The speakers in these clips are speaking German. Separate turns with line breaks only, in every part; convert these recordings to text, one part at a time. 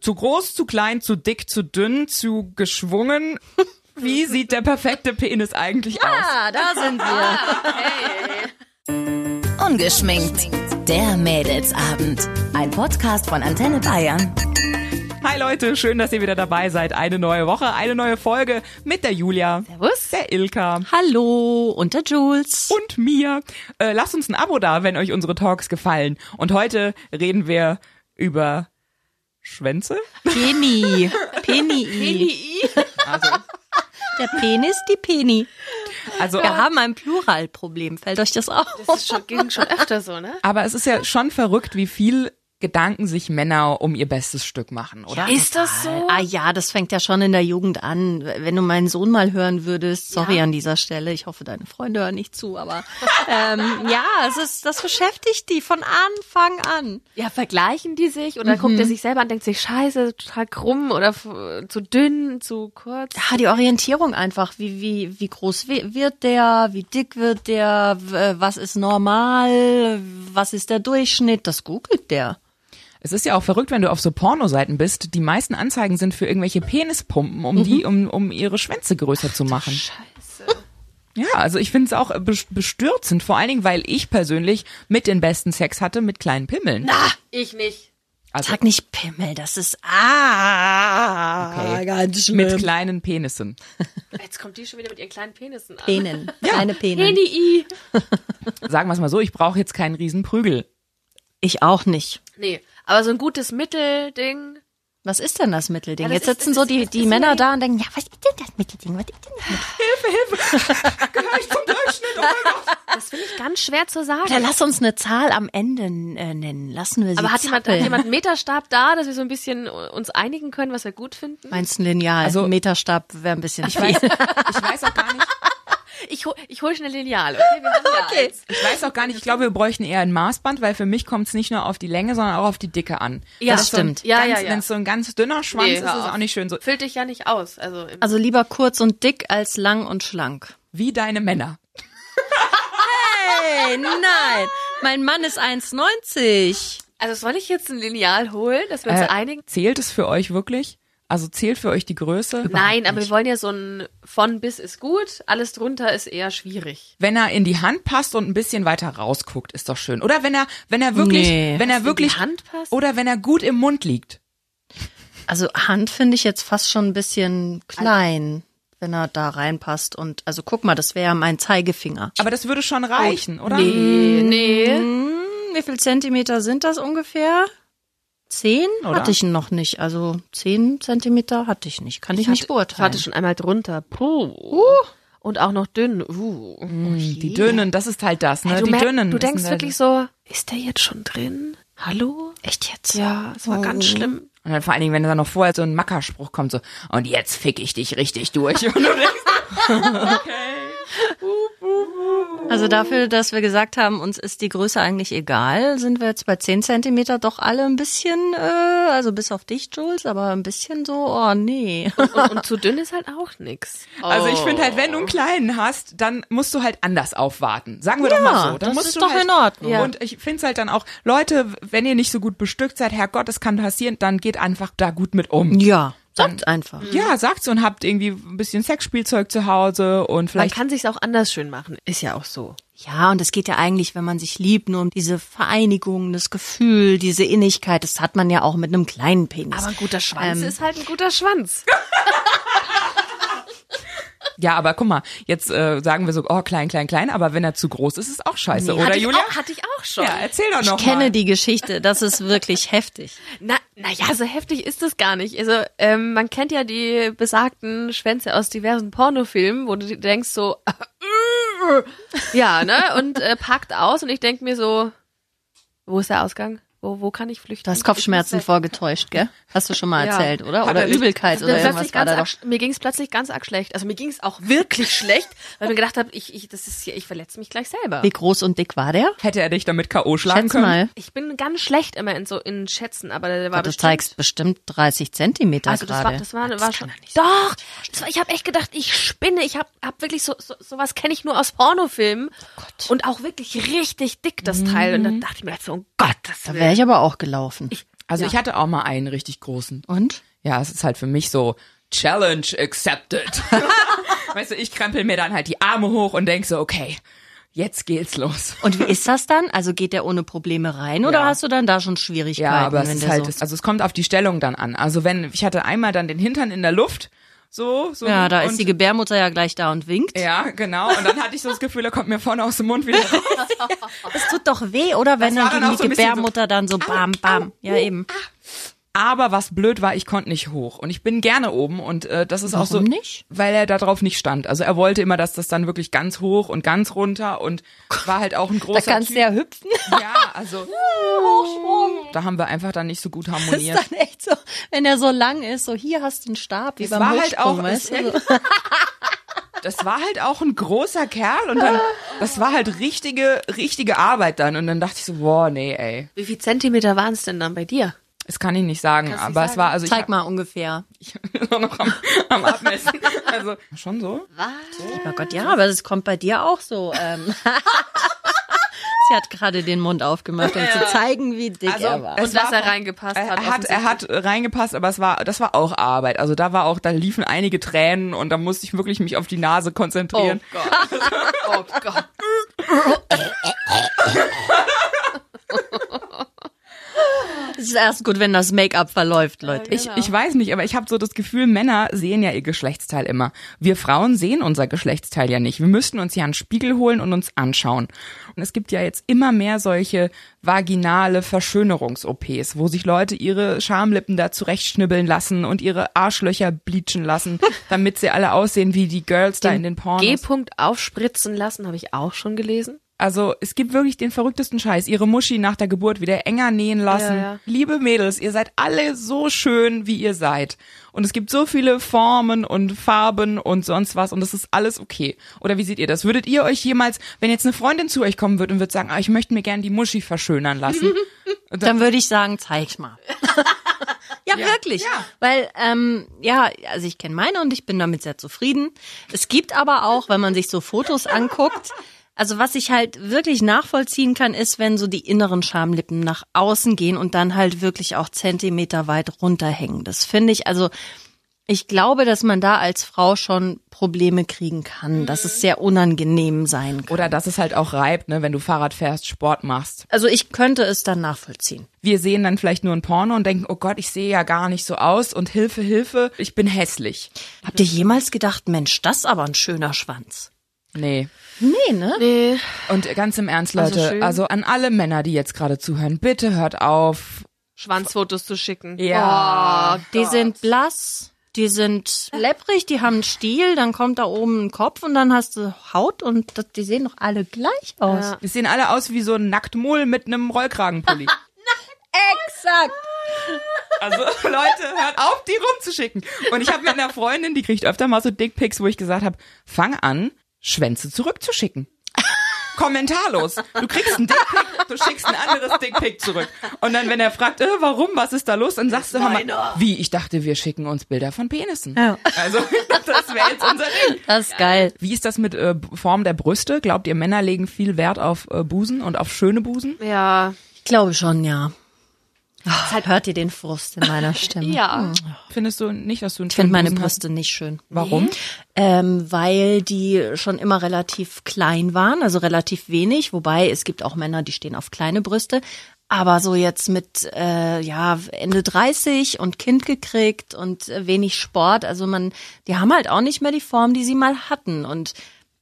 Zu groß, zu klein, zu dick, zu dünn, zu geschwungen. Wie sieht der perfekte Penis eigentlich aus?
Ah, da sind wir.
Ungeschminkt. Der Mädelsabend. Ein Podcast von Antenne Bayern.
Hi Leute, schön, dass ihr wieder dabei seid. Eine neue Woche, eine neue Folge mit der Julia,
Servus.
der Ilka
Hallo, und der Jules.
und mir. Äh, lasst uns ein Abo da, wenn euch unsere Talks gefallen. Und heute reden wir über Schwänze.
Penny. Penny. Penny. Der Penis, die Penny.
Also
Wir haben ein Pluralproblem. Fällt euch das auf?
Das ist schon, ging schon öfter so, ne?
Aber es ist ja schon verrückt, wie viel Gedanken sich Männer um ihr bestes Stück machen, oder?
Ist das so?
Ah ja, das fängt ja schon in der Jugend an. Wenn du meinen Sohn mal hören würdest, sorry an dieser Stelle, ich hoffe, deine Freunde hören nicht zu, aber ähm, ja, es ist, das beschäftigt die von Anfang an.
Ja, vergleichen die sich und dann guckt er sich selber an und denkt sich, scheiße, total krumm oder f- zu dünn, zu kurz.
Ja, die Orientierung einfach, wie, wie, wie groß we- wird der, wie dick wird der, w- was ist normal, was ist der Durchschnitt, das googelt der.
Es ist ja auch verrückt, wenn du auf so Pornoseiten bist. Die meisten Anzeigen sind für irgendwelche Penispumpen, um die,
Mhm.
um, um ihre Schwänze größer zu machen. Ja, also ich finde es auch bes- bestürzend, vor allen Dingen, weil ich persönlich mit den besten Sex hatte mit kleinen Pimmeln.
Ah, Ich nicht.
also
Sag nicht Pimmel, das ist ah,
Okay.
ganz
Ähm.
mit kleinen Penissen.
Jetzt kommt die schon wieder mit ihren kleinen Penissen an.
Penen, kleine Penen.
Peni.
Sagen wir es mal so, ich brauche jetzt keinen riesen Prügel.
Ich auch nicht.
Nee, aber so ein gutes Mittelding.
Was ist denn das Mittelding?
Ja, das
Jetzt
ist-
sitzen
das
so
ist-
die,
das
die
ist
Männer
ein-
da und denken, ja, was ist denn das Mittelding? Was ist denn das Mittelding?
Gehör ich zum Durchschnitt? Oh mein Gott.
Das finde ich ganz schwer zu sagen.
Oder lass uns eine Zahl am Ende äh, nennen. Lassen wir sie
aber hat jemand, hat
zappeln.
jemand einen Meterstab da, dass wir so ein bisschen uns einigen können, was wir gut finden?
Meinst du ein Lineal?
Also-
Also, ein Meterstab wäre ein bisschen viel.
Ich weiß auch gar nicht.
Ich, hol, ich hol schnell Lineal, okay? Wir haben da eins.
Ich weiß auch gar nicht, ich glaube, wir bräuchten eher ein Maßband, weil für mich kommt es nicht nur auf die Länge, sondern auch auf die Dicke an.
Ja,
Wenn's so ein
stimmt.
Ja,
ganz,
ja, ja.
Wenn es so ein ganz dünner Schwanz
Nee,
ist, ist es
hör auf.
auch nicht schön. So
Füllt dich ja nicht aus. Also, im
Also lieber kurz und dick als lang und schlank.
wie deine Männer.
Hey, nein. Mein Mann ist 1,90.
also soll ich jetzt ein Lineal holen, dass wir uns
Äh,
einigen?
Zählt es für euch wirklich? Also zählt für euch die Größe?
Nein, aber wir wollen ja so ein von bis ist gut, alles drunter ist eher schwierig.
Wenn er in die Hand passt und ein bisschen weiter rausguckt, ist doch schön. Oder wenn er, wenn er wirklich,
Nee.
wenn er wirklich,
die Hand passt?
oder wenn er gut im Mund liegt.
Also Hand finde ich jetzt fast schon ein bisschen klein, wenn er da reinpasst. Und also guck mal, das wäre ja mein Zeigefinger.
Aber das würde schon reichen, oder?
Oh, Nee, nee.
Hm, wie viel Zentimeter sind das ungefähr? Zehn
Oder?
hatte ich noch nicht. Also zehn Zentimeter hatte ich nicht. Kann ich, nicht
Ich hatte
beurteilen.
schon einmal drunter. Puh. Und auch noch dünn. Uh.
Hm, Die dünnen, das ist halt das, ne?
Hey, du,
die
mer-
dünnen.
du
das
denkst
sind halt-
wirklich so, ist der jetzt schon drin? Hallo?
Echt jetzt?
Ja, es war ganz schlimm.
Und dann vor allen Dingen, wenn dann noch vorher so ein Mackerspruch kommt, so, und jetzt fick ich dich richtig durch. Und du denkst,
Also dafür, dass wir gesagt haben, uns ist die Größe eigentlich egal, sind wir jetzt bei zehn Zentimeter doch alle ein bisschen, äh, also bis auf dich, Jules, aber ein bisschen so, oh nee.
Und, und zu dünn ist halt auch nix.
Also ich finde halt, wenn
Oh.
du einen kleinen hast, dann musst du halt anders aufwarten. Sagen wir doch mal so. Dann
das
musst
ist
du
doch
halt,
in Ordnung.
Ja. Und ich finde es halt dann auch, Leute, wenn ihr nicht so gut bestückt seid, Herrgott, es kann passieren, dann geht einfach da gut mit um.
Ja, sagt einfach.
Ja, sagt's und habt irgendwie ein bisschen Sexspielzeug zu Hause und
Man
vielleicht.
kann sich's auch anders schön machen. Ist ja auch so.
Ja, und es geht ja eigentlich, wenn man sich liebt, nur um diese Vereinigung, das Gefühl, diese Innigkeit. Das hat man ja auch mit einem kleinen Penis. Ähm,
Aber ein guter Schwanz ist halt ein guter Schwanz.
Ja, aber guck mal, jetzt äh, sagen wir so, oh, klein, klein, klein, aber wenn er zu groß ist, ist auch scheiße, oder
hatte
Julia?
Ich auch, Oh, hatte ich auch schon.
Ja, erzähl doch noch.
ich kenne
mal.
die Geschichte, das ist wirklich heftig.
Na, naja, so heftig ist das gar nicht. Also, ähm, man kennt ja die besagten Schwänze aus diversen Pornofilmen, wo du dir denkst so, ja, ne, und äh, packt aus und ich denk mir so, wo ist der Ausgang? Wo, wo kann ich flüchten?
Du hast Kopfschmerzen
Ich muss weg.
vorgetäuscht, gell? Hast du schon mal
Ja.
erzählt, oder?
Hat er
Oder
nicht-
Übelkeit
Dann
oder irgendwas
plötzlich
war
ganz
da
arg,
doch.
sch- mir ging's plötzlich ganz arg schlecht. Also mir ging's auch wirklich schlecht, weil ich mir gedacht habe, ich, ich, das ist hier, ich verletze mich gleich selber.
Wie groß und dick war der?
Hätte er dich damit K.O. schlagen
Schätz
können?
mal.
Ich bin ganz schlecht immer in so in Schätzen, aber der war
du
bestimmt-
zeigst bestimmt 30 Zentimeter
Also das war,
gerade.
das war, war schon. Doch, das war, ich habe echt gedacht, ich spinne. Ich habe hab wirklich so, so sowas kenne ich nur aus Pornofilmen und auch wirklich richtig dick das Teil. Und dann dachte ich mir so, um Gottes
Da
Willen.
wäre ich aber auch gelaufen.
Also ich hatte auch mal einen richtig großen.
Und?
Ja, es ist halt für mich so Challenge accepted. weißt du, ich krempel mir dann halt die Arme hoch und denk so, okay, jetzt geht's los.
Und wie ist das dann? Also geht der ohne Probleme rein oder hast du dann da schon Schwierigkeiten?
Ja, aber es
wenn
ist
der
halt,
so
also es kommt auf die Stellung dann an. Also wenn, ich hatte einmal dann den Hintern in der Luft, so, so.
ja, da ist
und-
die Gebärmutter ja gleich da und winkt.
Ja, genau. Und dann hatte ich so das Gefühl, er kommt mir vorne aus dem Mund wieder raus.
Es tut doch weh, oder? Wenn
Das
dann
war dann
gegen
auch
die
so ein bisschen
Gebärmutter dann so bam, bam. ja, eben.
Aber was blöd war, ich konnte nicht hoch. Und ich bin gerne oben. Und äh, das ist auch so.
Warum nicht?
Weil er da drauf nicht stand. Also er wollte immer, dass das dann wirklich ganz hoch und ganz runter und war halt auch ein großer. typ.
ja hüpfen.
Ja, also. Da haben wir einfach dann nicht so gut
Das ist
harmoniert.
dann echt so, wenn er so lang ist, so hier hast du einen Stab, wie
Es
beim
war halt
Hochsprung,
auch-
weißt du? So.
Das war halt auch ein großer Kerl und dann, das war halt richtige, richtige Arbeit dann. Und dann dachte ich so, boah, nee, ey.
Wie viel Zentimeter waren es denn dann bei dir?
Das kann ich nicht sagen. aber es war, also ich
Zeig mal ungefähr.
war noch am, am Abmessen. Also schon so.
Lieber Oh Gott, ja, aber es kommt bei dir auch so. Ähm. Sie hat gerade den Mund aufgemacht, um zu zeigen, wie dick Also, er war.
es
Und dass
war-
er reingepasst hat.
Er hat, er hat reingepasst, aber es war, das war auch Arbeit. Also da war auch, da liefen einige Tränen und da musste ich wirklich mich auf die Nase konzentrieren.
Oh Gott.
Es ist erst gut, wenn das Make-up verläuft, Leute.
Ich, ich weiß nicht, aber ich habe so das Gefühl, Männer sehen ja ihr Geschlechtsteil immer. Wir Frauen sehen unser Geschlechtsteil ja nicht. Wir müssten uns ja einen Spiegel holen und uns anschauen. Und es gibt ja jetzt immer mehr solche vaginale Verschönerungs-OPs, wo sich Leute ihre Schamlippen da zurechtschnibbeln lassen und ihre Arschlöcher bleachen lassen, damit sie alle aussehen wie die Girls da in den Pornos.
G-Punkt aufspritzen lassen, habe ich auch schon gelesen.
Also es gibt wirklich den verrücktesten Scheiß. Ihre Muschi nach der Geburt wieder enger nähen lassen.
Ja, ja.
Liebe Mädels, ihr seid alle so schön, wie ihr seid. Und es gibt so viele Formen und Farben und sonst was und das ist alles okay. Oder wie seht ihr das? Würdet ihr euch jemals, wenn jetzt eine Freundin zu euch kommen würde und würde sagen, ah, ich möchte mir gerne die Muschi verschönern lassen?
Dann würde ich sagen, zeig mal. ja, wirklich.
Ja.
Weil, ähm, ja, also ich kenne meine und ich bin damit sehr zufrieden. Es gibt aber auch, wenn man sich so Fotos anguckt, also was ich halt wirklich nachvollziehen kann, ist, wenn so die inneren Schamlippen nach außen gehen und dann halt wirklich auch Zentimeter weit runterhängen. Das finde ich, also ich glaube, dass man da als Frau schon Probleme kriegen kann, dass es sehr unangenehm sein kann.
Oder dass es halt auch reibt, ne, wenn du Fahrrad fährst, Sport machst.
Also ich könnte es dann nachvollziehen.
wir sehen dann vielleicht nur ein Porno und denken, oh Gott, ich sehe ja gar nicht so aus und Hilfe, Hilfe, ich bin hässlich.
Habt ihr jemals gedacht, Mensch, das ist aber ein schöner Schwanz?
Nee.
Nee, ne?
Nee.
Und ganz im Ernst, Leute, also,
schön.
an alle Männer, die jetzt gerade zuhören, bitte hört auf.
Schwanzfotos zu schicken.
Ja.
Oh,
Die sind blass, die sind lepprig, die haben einen Stiel, dann kommt da oben ein Kopf und dann hast du Haut und das, die sehen doch alle gleich aus.
Ja.
Wir sehen alle aus wie so ein Nacktmull mit einem Rollkragenpulli.
Exakt.
Also Leute, hört auf, die rumzuschicken. Und ich habe mit einer Freundin, die kriegt öfter mal so Dickpics, wo ich gesagt habe, fang an, Schwänze zurückzuschicken. Kommentarlos. Du kriegst einen Dickpic, du schickst ein anderes Dickpic zurück. Und dann, wenn er fragt, äh, warum, was ist da los, dann sagst du, hör mal, wie, ich dachte, wir schicken uns Bilder von Penissen. Also, das wäre jetzt unser Ding.
Das ist geil.
Wie ist das mit äh, Form der Brüste? Glaubt ihr, Männer legen viel Wert auf äh, Busen und auf schöne Busen?
Ja.
Ich glaube schon, ja. Ach, hört ihr den Frust in meiner Stimme?
Ja. Mhm.
Findest du nicht, dass du einen
Ich
schönen
finde meine
Busen hast?
Brüste nicht schön.
Warum?
Ähm, weil die schon immer relativ klein waren, also relativ wenig. Wobei es gibt auch Männer, die stehen auf kleine Brüste. Aber so jetzt mit äh, ja Ende 30 und Kind gekriegt und äh, wenig Sport, also man, die haben halt auch nicht mehr die Form, die sie mal hatten und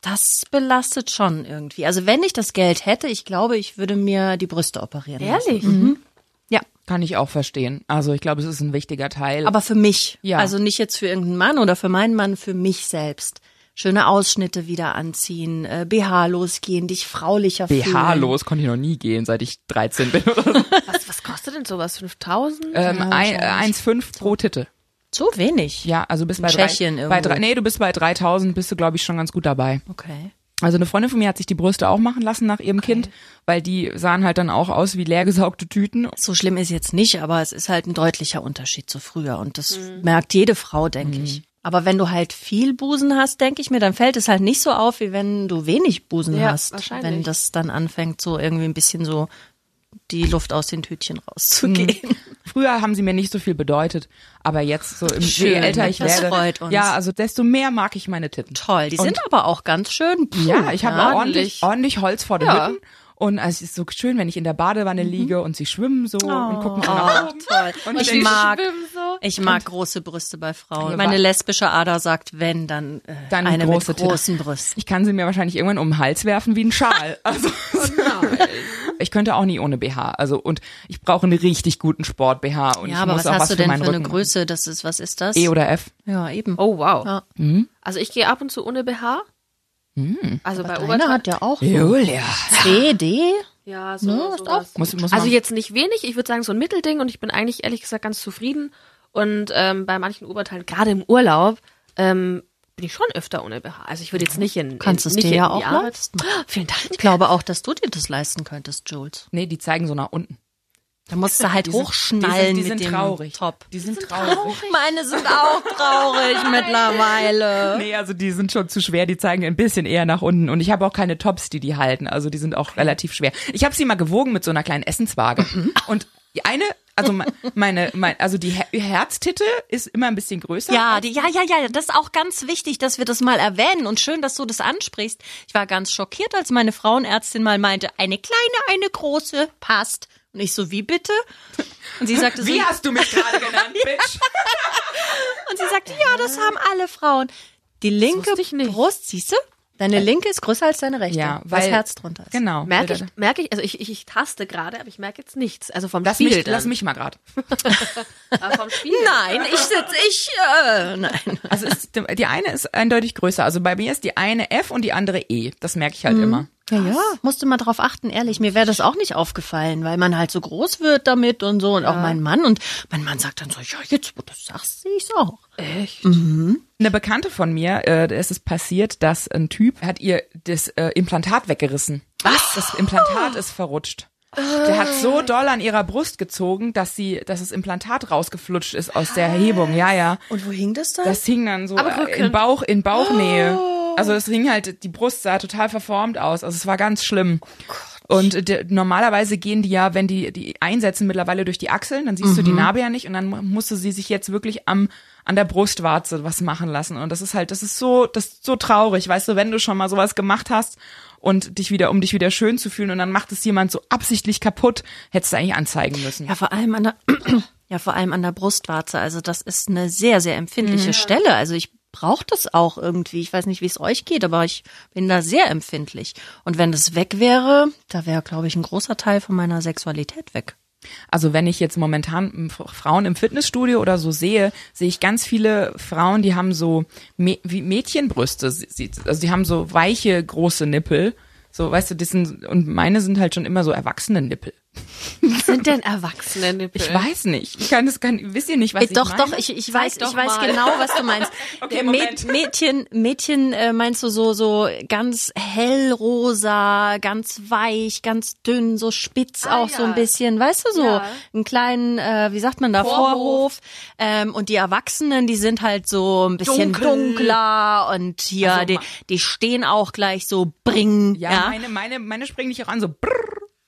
das belastet schon irgendwie. Also wenn ich das Geld hätte, ich glaube, ich würde mir die Brüste operieren. lassen.
Ehrlich?
Ja,
Kann ich auch verstehen. Also ich glaube, es ist ein wichtiger Teil.
aber für mich.
Ja.
Also nicht jetzt für irgendeinen Mann oder für meinen Mann, für mich selbst. Schöne Ausschnitte wieder anziehen, äh, BH losgehen, dich fraulicher fühlen.
BH-los konnte ich noch nie gehen, seit ich 13 bin oder so.
Was, was kostet denn sowas? 5000?
ähm, ein- äh, 1,5 pro Titte.
So wenig.
Ja, also bis bei
Tschechien
drei,
irgendwo.
bei drei, Nee, du bist bei 3000, bist du, glaube ich, schon ganz gut dabei.
Okay.
Also eine Freundin von mir hat sich die Brüste auch machen lassen nach ihrem Kind, weil die sahen halt dann auch aus wie leergesaugte Tüten.
So schlimm ist jetzt nicht, aber es ist halt ein deutlicher Unterschied zu früher und das merkt jede Frau,
Mhm.
denke ich. Aber wenn du halt viel Busen hast, denke ich mir, dann fällt es halt nicht so auf, wie wenn du wenig Busen
Ja,
hast.
wahrscheinlich.
Wenn das dann anfängt, so irgendwie ein bisschen so die Luft aus den Tütchen rauszugehen.
Früher haben sie mir nicht so viel bedeutet, aber jetzt so im
Schön,
je älter ich
das
werde,
freut uns.
ja, also desto mehr mag ich meine Titten.
Toll, die sind aber auch ne? ganz schön. Puh,
Ja, ich habe ordentlich,
ordentlich.
ordentlich Holz vor den
Ja.
Hütten. Und also es ist so schön, wenn ich in der Badewanne
Mhm.
liege und sie schwimmen so
Oh.
und gucken so nach oben.
toll.
Oh, Und
Genau. ich
die
mag,
schwimmen so.
ich mag große Brüste bei Frauen.
Ja,
Meine
wa-
lesbische Ader sagt, wenn, dann, äh,
Dann
eine
große
mit
Titten.
großen Brüsten. Oh
Ich kann sie mir wahrscheinlich irgendwann um den Hals werfen wie einen Schal. Also ich könnte auch nie ohne BH. Also und ich brauche einen richtig guten Sport BH und
Ja,
ich
aber
muss
was
auch
hast
was
du
für
denn
meinen
für eine
Rücken.
Größe? Das ist, was ist das?
E oder F?
ja, eben.
Oh, wow.
Ja.
Mhm.
Also ich gehe ab und zu ohne BH. Also bei
Deine
Oberteil.
hat ja auch
Julia.
3D.
Ja, so,
Ne, ist
sowas.
Muss, muss
Also
man-
jetzt nicht wenig, ich würde sagen so ein Mittelding und ich bin eigentlich ehrlich gesagt ganz zufrieden. Und ähm, bei manchen Oberteilen, gerade im Urlaub, ähm, bin ich schon öfter ohne BH. Also ich würde jetzt nicht in
Kannst
in,
es
nicht
dir
in
ja
die
auch
Arbeit- Ah,
leisten.
Vielen Dank.
Ich glaube auch, dass du dir das leisten könntest, Jules.
Nee, die zeigen so nach unten.
Da musst du halt
Die sind-
hochschnallen
die sind, die sind
mit dem
traurig.
Top.
Die sind traurig.
Meine sind auch traurig mittlerweile.
Nee, also die sind schon zu schwer, die zeigen ein bisschen eher nach unten. Und ich habe auch keine Tops, die die halten. Also die sind auch relativ schwer. Ich habe sie mal gewogen mit so einer kleinen Essenswaage. Und die eine, also me- meine, mein, also die Her Herztitte ist immer ein bisschen größer.
Ja, die, ja, ja, ja, das ist auch ganz wichtig, dass wir das mal erwähnen und schön, dass du das ansprichst. Ich war ganz schockiert, als meine Frauenärztin mal meinte, eine kleine, eine große passt. Und ich so, wie bitte? Und sie sagte so,
Wie hast du mich gerade genannt, Bitch?
und sie sagte, ja, das haben alle Frauen. Die linke
wusste ich nicht.
Brust, siehst du? Deine linke ist größer als deine rechte,
Äh, Ja,
weil
weil-
das Herz drunter ist.
Genau.
Merke ich, merke ich, also ich, ich, ich taste gerade, aber ich merke jetzt nichts. Also vom
Lass
Spiel
mich,
dann.
lass mich mal gerade.
Aber vom Spiel.
Nein, ich sitze, ich, äh, nein.
Also ist, die eine ist eindeutig größer. Also bei mir ist die eine F und die andere E. Das merke ich halt immer.
Ja, ja. Musste mal drauf achten, ehrlich. Mir wäre das auch nicht aufgefallen, weil man halt so groß wird damit und so und auch mein Mann. Und mein Mann sagt dann so, ja, jetzt, wo du sagst, sehe ich's auch.
Echt?
Eine Bekannte von mir, äh, da ist es passiert, dass ein Typ hat ihr das äh, Implantat weggerissen. Was? Das Implantat ist verrutscht. Der hat so doll an ihrer Brust gezogen, dass sie, dass das Implantat rausgeflutscht ist aus der Erhebung. Ja, ja.
Und wo hing das dann?
Das hing dann so äh,
Aber
in
Rücken.
Bauch, in Bauchnähe. Also das hing halt, die Brust sah total verformt aus. Also es war ganz schlimm. Und äh, der- normalerweise gehen die ja, wenn die die einsetzen mittlerweile durch die Achseln, dann siehst du die Narbe ja nicht und dann mu- musste sie sich jetzt wirklich am an der Brustwarze was machen lassen und das ist halt, das ist so, das ist so traurig, weißt du, wenn du schon mal sowas gemacht hast und dich wieder, um dich wieder schön zu fühlen und dann macht es jemand so absichtlich kaputt, hättest du eigentlich anzeigen müssen.
ja, vor allem an der, ja, vor allem an der Brustwarze. Also das ist eine sehr, sehr empfindliche Stelle. Also ich brauche das auch irgendwie. Ich weiß nicht, wie es euch geht, aber ich bin da sehr empfindlich. Und wenn das weg wäre, da wäre, glaube ich, ein großer Teil von meiner Sexualität weg.
Also wenn ich jetzt momentan m- F- Frauen im Fitnessstudio oder so sehe, sehe ich ganz viele Frauen, die haben so Mä- wie Mädchenbrüste. Sie- sie- Also die haben so weiche, große Nippel. So, weißt du, das sind, und meine sind halt schon immer so erwachsene Nippel.
Was sind denn Erwachsene Nippel?
Ich weiß nicht. Ich kann das, kann, wisst ihr nicht, was ich
Äh. doch,
meine?
doch, ich, ich weiß,
doch
ich weiß
mal.
genau, was du meinst.
Okay,
Äh,
Moment.
Mädchen, Mädchen äh, meinst du so, so ganz hellrosa, ganz weich, ganz dünn, so spitz
Ah,
auch so ein
ja.
bisschen, weißt du so,
Ja.
einen kleinen, äh, wie sagt man da, Vorhof.
Vorhof.
Ähm, und die Erwachsenen, die sind halt so ein bisschen
Dunkel.
dunkler und hier,
Also,
die,
ma-
die stehen auch gleich so bring,
Ja,
ja.
meine, meine, meine springen dich auch an, so brrr,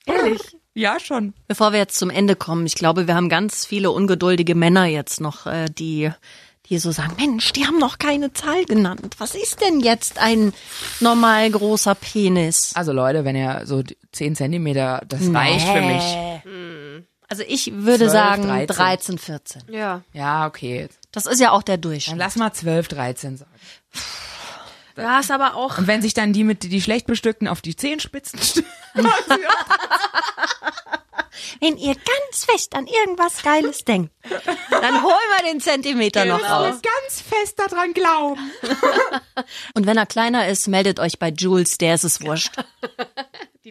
brrr. Ja, schon.
Bevor wir jetzt zum Ende kommen, ich glaube, wir haben ganz viele ungeduldige Männer jetzt noch, äh, die, die so sagen, Mensch, die haben noch keine Zahl genannt. Was ist denn jetzt ein normal großer Penis?
Also Leute, wenn ihr so 10 Zentimeter, das reicht für mich.
mich. Also ich würde
12,
sagen 13.
13.
14.
Ja.
Ja, okay.
Das ist ja auch der
Dann
Durchschnitt.
lass mal 12, 13 sagen.
Ja, ist aber auch.
Und wenn sich dann die mit die schlecht bestückten auf die Zehenspitzen stellen,
Wenn ihr ganz fest an irgendwas Geiles denkt, dann holen wir den Zentimeter noch
Genau.
raus.
ganz fest daran glauben.
Und wenn er kleiner ist, meldet euch bei Jules, der ist es wurscht.
Die